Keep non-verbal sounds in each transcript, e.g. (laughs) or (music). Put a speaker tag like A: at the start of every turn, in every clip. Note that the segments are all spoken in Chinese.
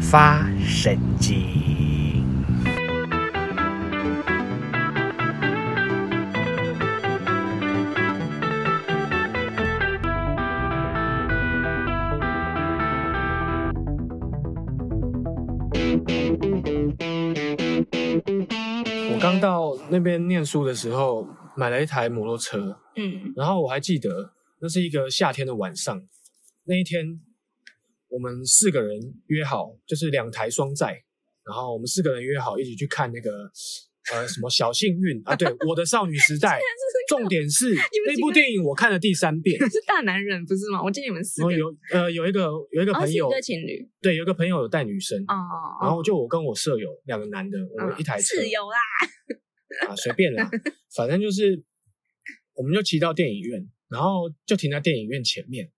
A: 发神经。
B: 我刚到那边念书的时候，买了一台摩托车，
C: 嗯，
B: 然后我还记得那是一个夏天的晚上，那一天我们四个人约好，就是两台双载，然后我们四个人约好一起去看那个呃什么小幸运啊，对，我的少女时
C: (laughs)
B: 代。重点是那部电影我看了第三遍，
C: 是大男人不是吗？我记得你们四
B: 然
C: 个
B: 后，有呃有一个有一个
C: 哦，
B: 朋
C: 是一
B: 友、
C: 对情侣
B: 对有一个朋友有带女生，
C: 哦，嗯
B: 然后就我跟我舍友两个男的，我们一台车、
C: 室友啦，
B: 啊，随便啦，反正就是我们就骑到电影院，然后就停在电影院前面。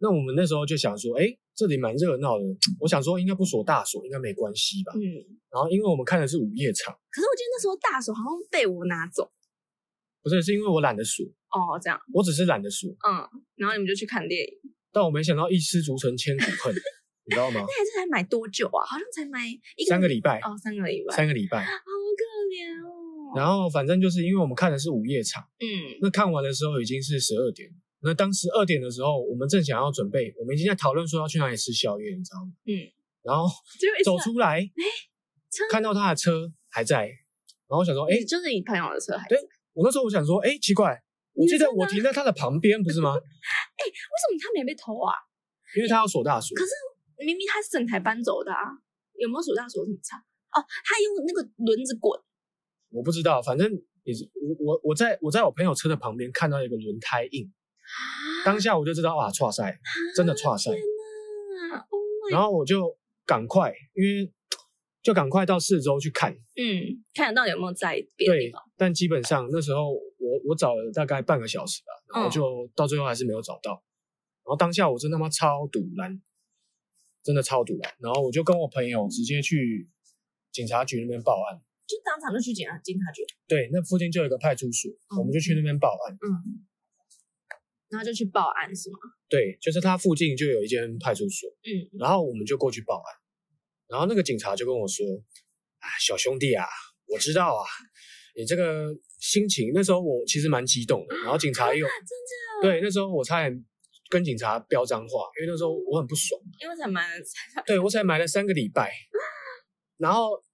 B: 那我们那时候就想说，哎、这里蛮热闹的，我想说应该不锁大锁，应该没关系吧。
C: 嗯。
B: 然后因为我们看的是午夜场，
C: 可是我记得那时候大手好像被我拿走
B: 不是是因为我懒得数，
C: 哦，这样，
B: 我只是懒得数，
C: 嗯，然后你们就去看电影，
B: 但我没想到一失足成千古恨，你知道吗？
C: 那还是才买多久啊？好像才买 (laughs) 一
B: 三个礼拜，
C: 哦，三个礼拜，
B: 三个礼拜。
C: 好可怜哦。
B: 然后反正就是因为我们看的是午夜场，
C: 嗯，
B: 那看完的时候已经是十二点了。那当时二点的时候，我们正想要准备，我们已经在讨论说要去哪里吃宵夜，你知道吗？
C: 嗯。哎
B: 然后
C: 结果一
B: 走
C: 出
B: 出来
C: 车，
B: 看到他的车还在，然后我想说，哎、
C: 来，就是你朋友的车还，
B: 对我那时候我想说，哎、奇怪，我记得我停在他的旁边，不是吗？
C: 为什么他没被偷啊？
B: 因为他要锁大锁
C: 可，是明明他是整台搬走的啊，有没有手大手有什么差？哦，他用那个轮子滚，
B: 我不知道，反正也是我我我在我在我朋友车的旁边看到一个轮胎印，当下我就知道啊，错赛，真的错赛。
C: 天哪！Oh my，
B: 然后我就赶快，因为就赶快到四周去看，
C: 嗯，看得到底有没有在别的地
B: 对
C: 方？，
B: 但基本上那时候我我找了大概半个小时吧，然后
C: 嗯
B: 就到最后还是没有找到。然后当下我真他妈超堵拦，真的超堵拦。然后我就跟我朋友直接去警察局那边报案。
C: 就当场就去警察警察局，
B: 对，那附近就有一个派出所，
C: 嗯
B: 我们就去那边报案。
C: 嗯，然后就去报案是吗？
B: 对，就是它附近就有一间派出所，
C: 嗯，
B: 然后我们就过去报案。然后那个警察就跟我说：“啊，小兄弟啊，我知道啊，你这个心情。”那时候我其实蛮激动的，然后警察也有。
C: 啊真的，
B: 对，那时候我差点跟警察飙脏话，因为那时候我很不爽。
C: 因为嗯才买了，
B: 对我才买了三个礼
C: (laughs)
B: 拜，然后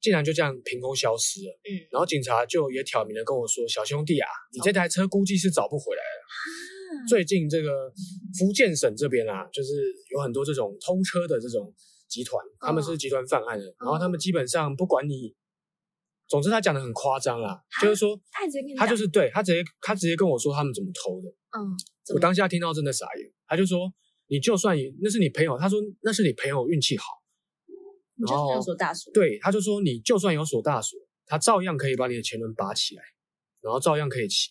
B: 竟然就这样凭空消失了。
C: 嗯，
B: 然后警察就也挑明了跟我说：“小兄弟啊，你这台车估计是找不回来了。最近这个
C: 嗯
B: 福建省这边啊，就是有很多这种偷车的这种集团，他们
C: 哦
B: 是集团犯案的，然后他们基本上不管你。”总之，他讲的很夸张啦，就是说，
C: 他直接跟你
B: 他就
C: 讲
B: 是对他直接他直接跟我说他们怎么偷的，
C: 嗯，怎
B: 我
C: 么
B: 当下听到真的傻眼，他就说：“你就算你那是你朋友，他说那是你朋友运气好。
C: 你就是那所大
B: 哦
C: 叔，
B: 对，他就说你就算有锁大锁，他照样可以把你的前轮拔起来，然后照样可以骑。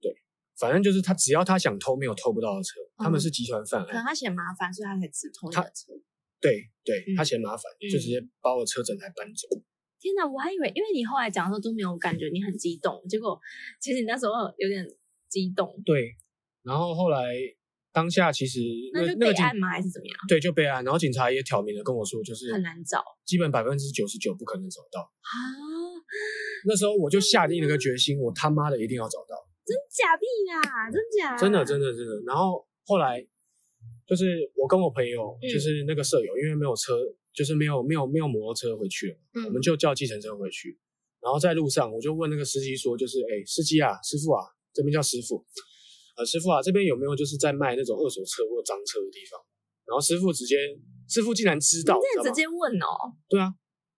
B: 对，反正就是他只要他想偷，没有偷不到的车，他们
C: 嗯
B: 是集团犯
C: 可能
B: 案。
C: 他嫌麻烦，所以他才只偷你的车。
B: 对对，他
C: 嗯
B: 嫌麻烦，
C: 嗯
B: 就直接把我车整台搬走。
C: 天哪，我还以为，因为你后来讲的时候都没有感觉你很激动，结果其实你那时候有点激动，
B: 对，然后后来当下其实那
C: 那就
B: 那
C: 备
B: 个警
C: 案吗？还是怎么样？
B: 对就备案，然后警察也挑明了跟我说，就是
C: 很难找
B: 基本百分之九十九不可能找到。
C: 啊！
B: 那时候我就下定了个决心，我他妈的一定要找到，
C: 假币啦，真假？
B: 真的真的真的。然后后来就是我跟我朋友，
C: 嗯
B: 就是那个舍友，因为没有车，就是没有没有没有摩托车回去了，
C: 嗯
B: 我们就叫计程车回去。然后在路上我就问那个司机说，就是哎、司机啊，师傅啊，这边叫师傅，呃，师傅啊，这边有没有就是在卖那种二手车或脏车的地方？然后师傅直接，师傅竟然知道，
C: 你
B: 你知道
C: 真的直
B: 吗？
C: 接问哦，
B: 对啊，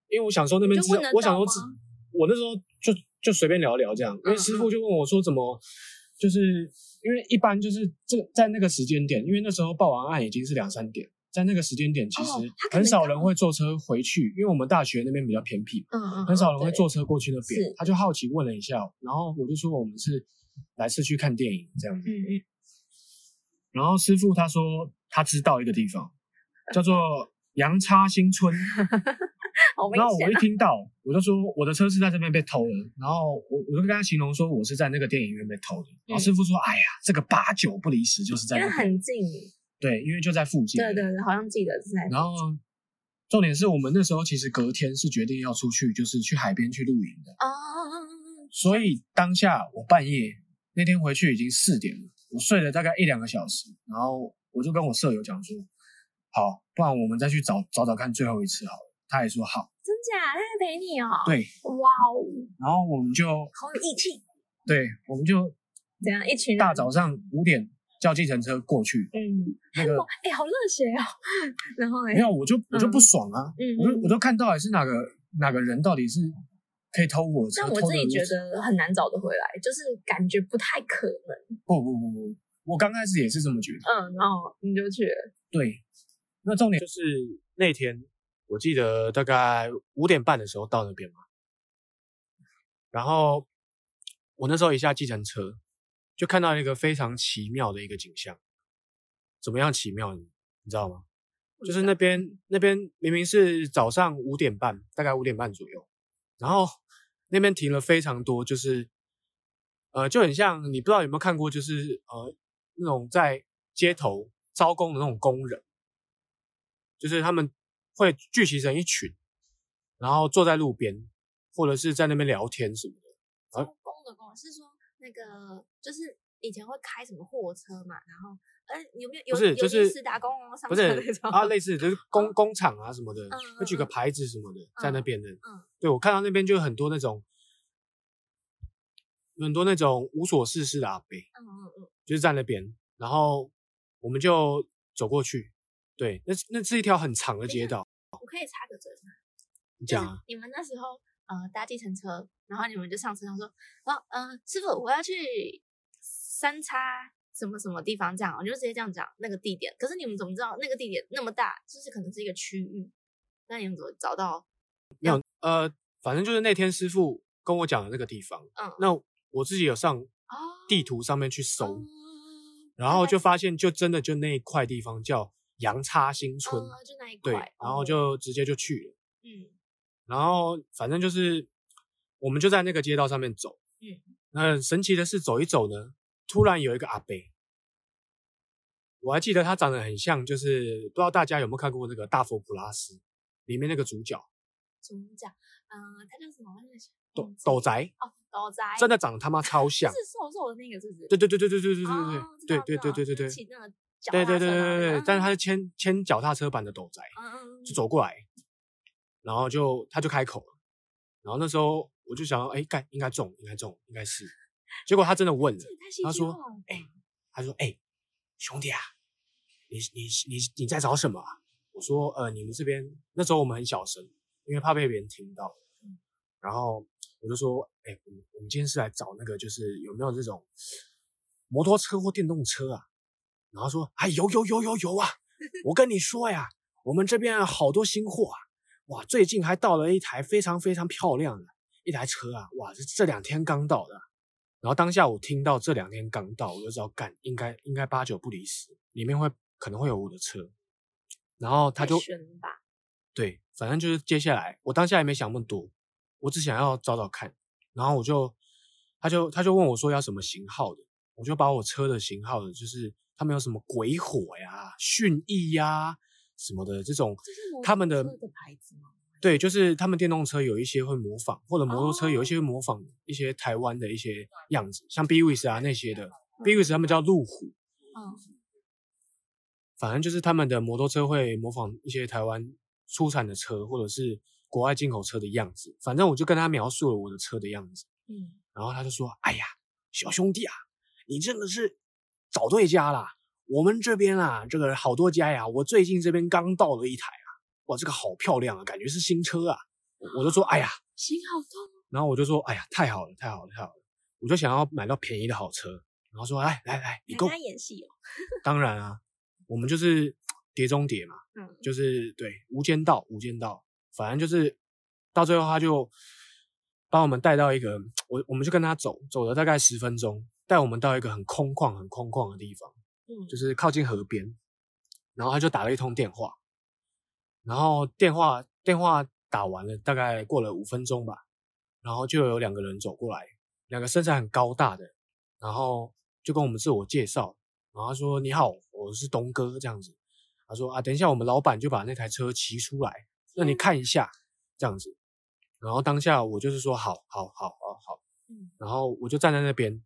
B: 因为我想说那边
C: 就
B: 知
C: 问
B: 道
C: 得，
B: 我想
C: 到
B: 说
C: 吗嗯
B: 只？我那时候就就随便聊聊这样，因为师傅就问我说怎么，就是因为一般就是这在那个时间点，因为那时候报完案已经是两三点，在那个时间点其实
C: 哦他可能
B: 很少人会坐车回去，因为我们大学那边比较偏僻，
C: 嗯嗯，
B: 很少人会
C: 对
B: 坐车过去那边
C: 是。
B: 他就好奇问了一下，然后我就说我们是来市区看电影这样子，
C: 嗯嗯，
B: 然后师傅他说他知道一个地方叫做杨叉新村。
C: 好危
B: 然后我
C: 险哦
B: 一听到，我就说我的车是在这边被偷了，然后我我就跟他形容说我是在那个电影院被偷的。然后师傅说：“哎呀，这个八九不离十，就是在
C: 啊，因
B: 那
C: 为
B: 边
C: 很近，
B: 对，因为就在附近。”
C: 对对对，好像记得是在
B: 然后重点是我们那时候其实隔天是决定要出去，就是去海边去露营的。
C: 啊，
B: 所以当下我半夜那天回去已经四点了，我睡了大概一两个小时，然后我就跟我舍友讲说，好，不然我们再去找找找看最后一次好了。他也说好，
C: 真假？他在陪你哦。，
B: 对，
C: 哇哦，
B: 然后我们就
C: 好有义气。
B: 对，我们就
C: 怎样？一群人
B: 大早上五点叫计程车过去，
C: 嗯，
B: 那个
C: 哇，哎、好热血哦。然后呢
B: 没？有，我就我就不爽啊，
C: 嗯，
B: 我就我就看到底是哪个哪个人到底是可以偷我的车，
C: 但我
B: 偷
C: 自己
B: 的
C: 觉得很难找得回来，就是感觉不太可能。
B: 不不不不，我刚开始也是这么觉得。
C: 嗯，然后你就去了。
B: 对，那重点就是那天，我记得大概五点半的时候到那边嘛，然后我那时候一下计程车，就看到一个非常奇妙的一个景象。怎么样奇妙呢？你知道吗？就是那边那边明明是早上五点半，大概五点半左右，然后那边停了非常多，就是呃，就很像你不知道有没有看过，就是呃那种在街头招工的那种工人，就是他们会聚集成一群，然后坐在路边，或者是在那边聊天什么的。啊
C: 招工的工是说那个就是以前会开什么货车嘛，然后嗯、呃，有没有有
B: 不是就是
C: 是打工哦，上
B: 不
C: 车那
B: 是
C: 种
B: 啊，类似就是工工厂啊什么的，会举个
C: 嗯嗯
B: 牌子什么的，在那边的。
C: 嗯
B: 对我看到那边就有很多那种，有很多那种无所事事的阿伯，
C: 嗯嗯嗯，
B: 就是在那边，然后我们就走过去。对，那是那是一条很长的街道，
C: 我可以插个嘴吗？
B: 你
C: 就
B: 讲
C: 是
B: 啊，
C: 你们那时候呃搭计程车，然后你们就上车，他说哦嗯、呃、师傅我要去三叉。什么什么地方这样，我就直接这样讲那个地点。可是你们怎么知道那个地点那么大？就是可能是一个区域，那你们怎么找到？
B: 呃，反正就是那天师傅跟我讲的那个地方，
C: 嗯，
B: 那我自己有上
C: 哦
B: 地图上面去搜，
C: 嗯
B: 哦然后就发现就真的就那一块地方叫杨叉新村，
C: 嗯就那一块，
B: 对，然后就直接就去了。
C: 嗯
B: 然后反正就是我们就在那个街道上面走，
C: 嗯，
B: 那神奇的是走一走呢，突然有一个阿伯，我还记得他长得很像，就是不知道大家有没有看过那个《大佛普拉斯》里面那个主角
C: 怎么讲？嗯，他叫什么？我有点想
B: 斗
C: 忘记
B: 斗宅，
C: 哦，斗宅
B: 真的长得他妈超像，
C: 是瘦瘦的那个，是不是？
B: 对对对对对对对
C: 哦知
B: 对
C: 道
B: 对对对对对对
C: 知道就
B: 对
C: 是骑那个脚
B: 对对对对对对
C: 踏车那个嗯，
B: 但是他是牵牵脚踏车版的斗宅，
C: 嗯嗯，
B: 就走过来，然后就他就开口了，然后那时候我就想要，哎，干应该中，应该中，应该是，结果他真的问了
C: 这。也太戏
B: 他
C: 剧
B: 说
C: 化了
B: 哎
C: 吧
B: 他说：“哎、兄弟啊，你你你你在找什么啊？”我说：“呃，你们这边那时候我们很小声，因为怕被别人听到。然后我就说：‘哎、我们我们今天是来找那个，就是有没有这种摩托车或电动车啊？’然后说：‘哎，有有有有有啊！我跟你说呀，我们这边好多新货啊！哇，最近还到了一台非常非常漂亮的一台车啊！哇，这这两天刚到的啊。”然后当下我听到这两天刚到，我就知道干应该应该八九不离十，里面会可能会有我的车。然后他
C: 太
B: 就
C: 悬了吧，
B: 对，反正就是接下来我当下也没想那么多，我只想要找找看。然后我就他就他就问我说要什么型号的，我就把我车的型号的，就是他们有什么鬼火呀、迅逸呀什么的这种
C: 这是摩，
B: 他们的
C: 托车的牌子吗？
B: 对，就是他们电动车有一些会模仿，或者摩托车有一些会模仿一些台湾的一些样子，像 b w i s 啊那些的 b w i s 他们叫路虎，
C: 嗯，
B: 反正就是他们的摩托车会模仿一些台湾出产的车或者是国外进口车的样子。反正我就跟他描述了我的车的样子，
C: 嗯，
B: 然后他就说：“哎呀，小兄弟啊，你真的是找对家啦！我们这边啊，这个好多家呀，我最近这边刚到了一台啊，哇，这个好漂亮啊，感觉是新车啊。”我我就说：“哎呀。”
C: 心好痛，
B: 然后我就说，哎呀，太好了，太好了，太好了！我就想要买到便宜的好车。然后说，来来来，你
C: 你
B: 跟
C: 跟
B: 我
C: 他演戏哦，
B: 当然啊，我们就是碟中谍嘛，
C: 嗯，
B: 就是对《无间道》《无间道》，反正就是到最后他就把我们带到一个，我我们就跟他走，走了大概十分钟，带我们到一个很空旷、很空旷的地方。
C: 嗯，
B: 就是靠近河边，然后他就打了一通电话，然后电话电话打完了，大概过了五分钟吧，然后就有两个人走过来，两个身材很高大的，然后就跟我们自我介绍，然后他说你好，我是东哥这样子，他说啊，等一下我们老板就把那台车骑出来，那
C: 嗯
B: 你看一下这样子。然后当下我就是说好，好，好，好，好，
C: 嗯
B: 然后我就站在那边，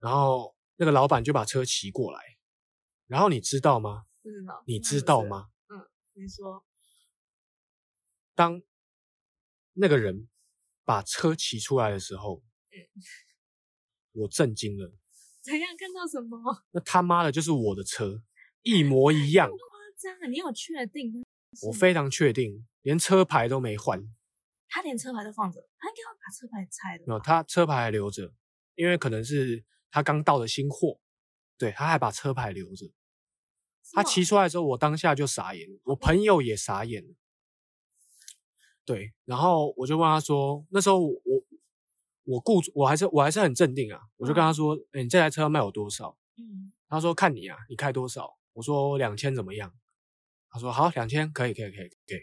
B: 然后那个老板就把车骑过来，然后你知道吗？
C: 不知道
B: 你嗯知道？吗？
C: 你说
B: 当那个人把车骑出来的时候，嗯我震惊了，
C: 怎样看到什么？ (laughs)
B: 那他妈的就是我的车，一 (laughs) 模一样，
C: 夸张！你有确定？
B: 我非常确定，连车牌都没换，
C: 他连车牌都放着，他应该要把车牌拆了
B: 没有，
C: 吧。
B: 他车牌还留着，因为可能是他刚到的新货，对，他还把车牌留着。
C: 是
B: 他
C: 吗
B: 骑出来之后，我当下就傻眼了，
C: 嗯
B: 我朋友也傻眼了。对，然后我就问他说，那时候我我我雇主我还是我还是很镇定啊，我就跟他说，哎、你这台车要卖我多少？
C: 嗯，
B: 他说看你啊，你开多少？我说两千怎么样？他说好，两千可以可以可以可以。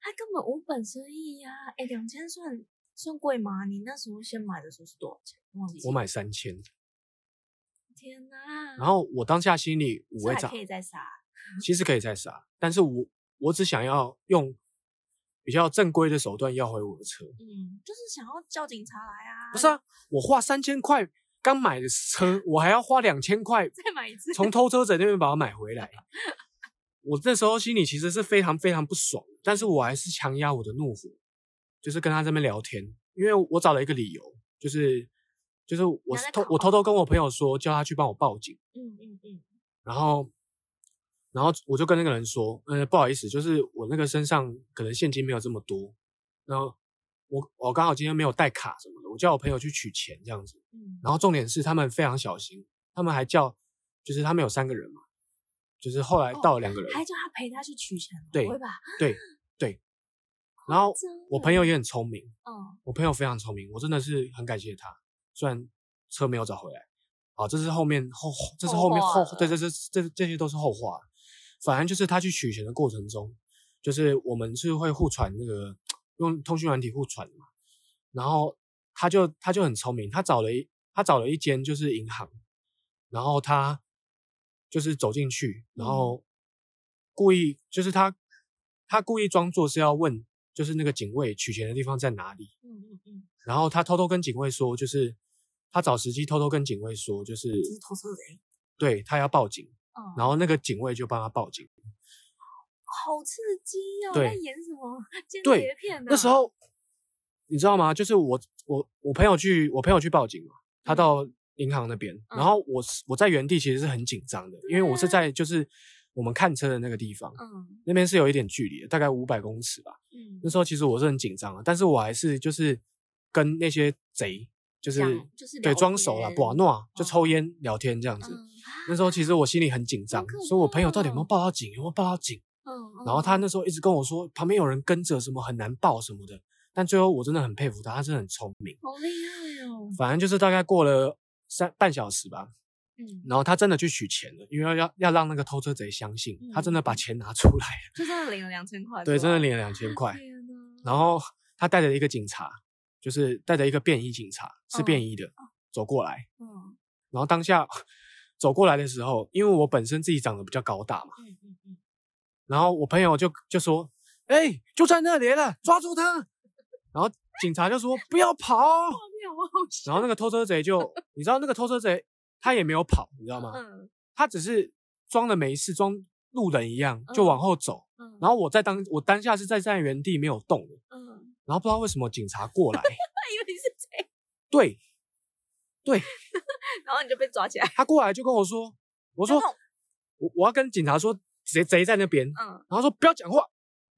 C: 他根本无本生意呀、哎，两千算算贵吗？你那时候先买的时候是多少钱？忘记
B: 我。买三千，
C: 嗯天哪！
B: 然后我当下心里五
C: 这
B: 味
C: 还
B: 杂
C: 可以啊再杀。
B: 其实可以再杀，但是我我只想要用比较正规的手段要回我的车。
C: 嗯，就是想要叫警察来啊。 (laughs)
B: 不是，啊，我花三千块刚买的车，我还要花两千块
C: 再买一次。
B: 从偷车贼那边把它买回来。 (laughs) 我那时候心里其实是非常非常不爽，但是我还是强压我的怒火，就是跟他这边聊天，因为我找了一个理由，就是就是我
C: 拿来
B: 偷
C: 考
B: 我偷偷跟我朋友说，叫他去帮我报警。
C: 嗯嗯嗯，
B: 然后，然后我就跟那个人说，嗯、不好意思，就是我那个身上可能现金没有这么多，然后我我刚好今天没有带卡什么的，我叫我朋友去取钱这样子。
C: 嗯，
B: 然后重点是他们非常小心，他们还叫，就是他们有三个人嘛，就是后来
C: 哦
B: 到了两个人，
C: 还叫他陪他去取钱哦，
B: 对
C: 不会吧？
B: 对对。然后
C: 真的
B: 我朋友也很聪明，
C: 嗯，
B: 我朋友非常聪明，我真的是很感谢他，虽然车没有找回来。好，这是后面后，这是后面
C: 后
B: 后
C: 话，了
B: 对，这这这这些都是后话。反正就是他去取钱的过程中，就是我们是会互传那个用通讯软体互传嘛，然后他就他就很聪明，他找了一他找了一间就是银行，然后他就是走进去，
C: 嗯
B: 然后故意就是他他故意装作是要问，就是那个警卫取钱的地方在哪里，
C: 嗯嗯嗯，
B: 然后他偷偷跟警卫说，就是他找时机偷偷跟警卫说，就是
C: 这是偷车贼。
B: 对他要报警，
C: 嗯，
B: 然后那个警卫就帮他报警。
C: 好刺激哦！
B: 对
C: 在演什么间
B: 对
C: 谍片呢、啊
B: 那时候你知道吗？就是我我我朋友去我朋友去报警嘛，他到银行那边，
C: 嗯
B: 然后我是我在原地其实是很紧张的，因为我是
C: 对啊
B: 在就是我们看车的那个地方，
C: 嗯
B: 那边是有一点距离的，大概五百公尺吧。
C: 嗯
B: 那，时候其实我是很紧张的，啊但是我还是就是跟那些贼就是
C: 讲就是
B: 对
C: 聊
B: 装熟了，
C: 天
B: 不诺啊就
C: 嗯
B: 抽烟聊天这样子。
C: 嗯
B: 那时候其实我心里很紧张
C: 好可，
B: 说我朋友到底有没有
C: 怕哦
B: 报到警，有没有报到警？
C: 嗯，嗯
B: 然后他那时候一直跟我说旁边有人跟着，什么很难报什么的。但最后我真的很佩服他，他真的很聪明。
C: 好厉害哦，
B: 反正就是大概过了三半小时吧，
C: 嗯，
B: 然后他真的去取钱了，因为要要让那个偷车贼相信，他真的
C: 嗯
B: 把钱拿出来了，
C: 就真的领了两千块，
B: 对，真的
C: 领。
B: 领了两千块。
C: 天哪
B: 然后他带着一个警察，就是带着一个便衣警察，是
C: 嗯
B: 便衣的，走过来。
C: 嗯
B: 然后当下 (laughs) 走过来的时候，因为我本身自己长得比较高大嘛。
C: 嗯嗯嗯，
B: 然后我朋友就就说：“哎、就在那里了，抓住他！”然后警察就说：“不要跑哦
C: 画！”面我好笑，
B: 然后那个偷车贼就，你知道那个偷车贼他也没有跑，你知道吗？
C: 嗯
B: 他只是装的没事，装路人一样就
C: 嗯
B: 往后走。
C: 嗯，
B: 然后我在当我当下是站在原地没有动的，
C: 嗯， (laughs)
B: 然后不知道为什么警察过来， (laughs)
C: 他以为你是谁，
B: 对，对
C: 然后你就被抓起来，
B: 他过来就跟我说：“我说
C: 不要动
B: 我我要跟警察说贼贼在那边。”
C: 嗯，
B: 然后说不要讲话。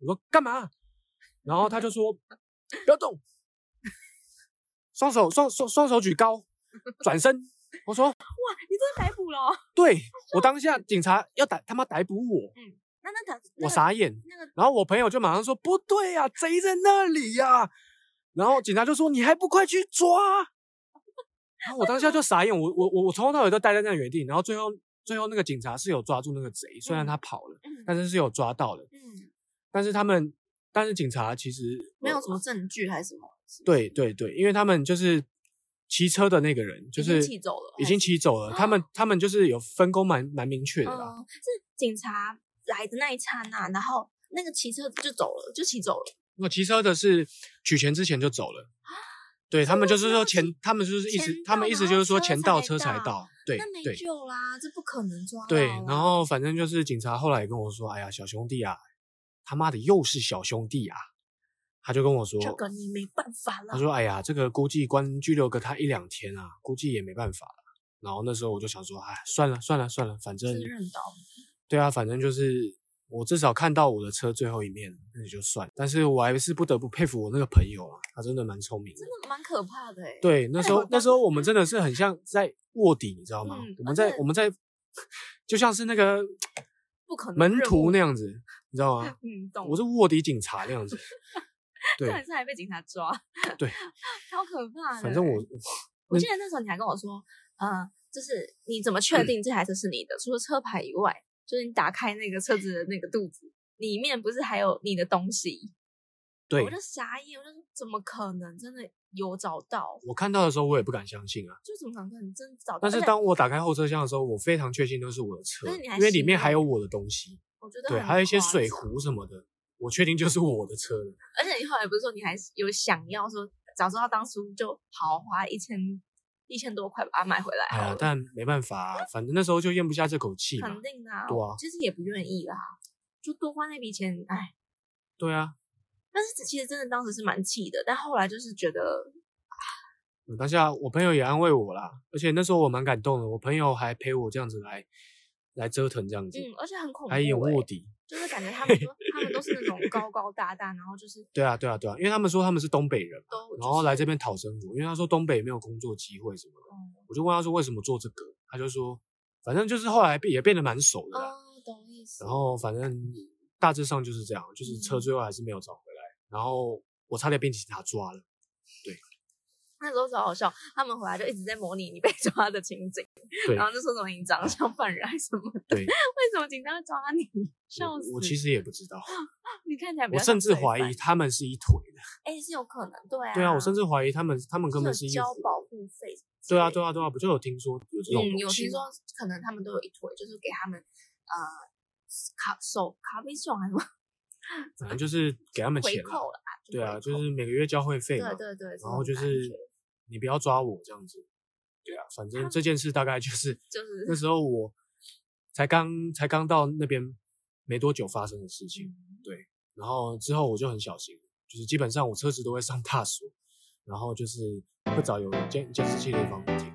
B: 我说干嘛？然后他就说不要动，双手双双双手举高，转身。我说
C: 你真的逮捕了
B: (laughs)
C: 哦，
B: 对我当下警察要逮他妈逮捕我，
C: 那那他
B: 我，傻眼。
C: 那个那个
B: 然后我朋友就马上说不对呀、贼在那里呀、然后警察就说你还不快去抓？然后我当下就傻眼，我我我我从头到尾都待在那原地。然后最后最后那个警察是有抓住那个贼，虽然他跑了，
C: 嗯
B: 但是是有抓到的。
C: 嗯，
B: 但是他们，但是警察其实
C: 没有什么证据还是什么，是
B: 对对对，因为他们就是骑车的那个人，就
C: 已经
B: 是
C: 气走了，哦
B: 已经骑走了。他们他们就是有分工蛮蛮明确的啦。
C: 嗯，是警察来的那一刹那，然后那个骑车就走了，就骑走了。
B: 我骑车的是取钱之前就走了，对他们就是说钱，他们就是意思
C: 钱，到
B: 他们意思就是说
C: 然后
B: 钱
C: 车
B: 到
C: 才
B: 车才
C: 到
B: 到，对
C: 那没
B: 对
C: 救啦，这不可能抓到啊
B: 对。
C: 啦
B: 然后反正就是警察后来也跟我说，哎呀，小兄弟啊，他妈的又是小兄弟啊，他就跟我说，
C: 这个你没办法了
B: 他。说：“哎呀，这个估计关拘留个他一两天啊，估计也没办法了。”然后那时候我就想说：“哎，算了算了算了，反正
C: 自认倒
B: 对啊，反正就是我至少看到我的车最后一面，那也就算。但是我还是不得不佩服我那个朋友啊，他真的蛮聪明的。
C: 那蛮可怕的哎、欸。
B: 对，那时
C: 好
B: 候
C: 吧
B: 那时候我们真的是很像在卧底，你知道吗？
C: 嗯
B: 我
C: 而
B: 们在
C: 且
B: 我们在 (laughs) 就像是那个
C: 不可能
B: 门
C: 任
B: 徒
C: 务
B: 那样子，你知道吗？
C: (laughs) 嗯，懂。
B: 我是卧底警察那样
C: (laughs)
B: 子。对
C: 上一次还被警察抓， (laughs)
B: 对，
C: 好可怕的欸。
B: 反正我
C: 我记得那时候你还跟我说，呃，就是你怎么确定这台车是你的？除了车牌以外，就是你打开那个车子的那个肚子，里面不是还有你的东西？
B: 对
C: 我就傻眼，我就说怎么可能？真的有找到？
B: 我看到的时候，我也不敢相信啊。
C: 就怎么可能真的找到？
B: 但是
C: 而且
B: 当我打开后车厢的时候，我非常确信那是我的车，
C: 但是你还
B: 因为里面
C: 信
B: 还有我的东西，
C: 我觉得
B: 对，
C: 很
B: 还有一些
C: 夸
B: 水
C: 张
B: 壶什么的，我确定就是我的车了。
C: 而且你后来不是说你还有想要说，早知道当初就好花一千一千多块把它买回来
B: 哎
C: 好
B: 呀
C: 了，，
B: 但没办法、啊，反正那时候就咽不下这口气嘛
C: 肯。定的、啊
B: 对啊
C: 其实也不愿意啦，就多花那笔钱，哎，
B: 对啊，
C: 但是其实真的当时是蛮气的，但后来就是觉得
B: 嗯当下我朋友也安慰我啦，而且那时候我蛮感动的，我朋友还陪我这样子来来折腾这样子，
C: 嗯，而且很恐怖、
B: 还演卧
C: 欸，
B: 底。
C: 就是感觉他们都他们都是那种高高大大，然后就是
B: 对啊，对啊，对啊，因为他们说他们是东北人嘛，(laughs)
C: 都、就是、
B: 然后来这边讨生活，因为他说东北没有工作机会什么的。
C: 哦，
B: 我就问他说为什么做这个，他就说，反正就是后来变也变得蛮熟的啦。
C: 哦，懂意思
B: 然，后反正大致上就是这样，就是车
C: 嗯
B: 最后还是没有找回来，然后我差点被警察抓了。
C: 那时候超好笑，他们回来就一直在模拟你被 (laughs) 抓的情景，
B: 对
C: 然后就说什么你长得像犯人还是什么的，
B: 对
C: 为什么警察会抓你？笑死！
B: 我我其实也不知道，
C: 你看起来比
B: 我
C: 较像
B: 甚至
C: 罪
B: 怀疑
C: 犯，
B: 他们是一腿的。
C: 哎、是有可能，对啊，
B: 对啊，我甚
C: 至
B: 至怀疑他们，他们根本是一
C: 交
B: 伙
C: 保护费之类的，
B: 对啊，对啊，对啊，不就有听说有这种
C: 嗯，有
B: 东西
C: 听
B: 吗？
C: 说可能他们都有一腿，就是给他们呃卡手卡宾熊还是什么
B: 反正就是给他们
C: 回
B: 钱啦。
C: 扣了啊，
B: 对啊，
C: 回
B: 就
C: 扣
B: 是每个月交会费
C: 对啊
B: 嘛。
C: 对对，这
B: 然后
C: 种
B: 就
C: 感
B: 是
C: 觉
B: 你不要抓我这样子。对啊，反正这件事大概就是
C: 就是
B: 那时候我才刚才刚到那边没多久发生的事情。
C: 嗯
B: 然后之后我就很小心， (laughs) 就是基本上我车子都会上大锁，然后就是会找有监监视器的地方停。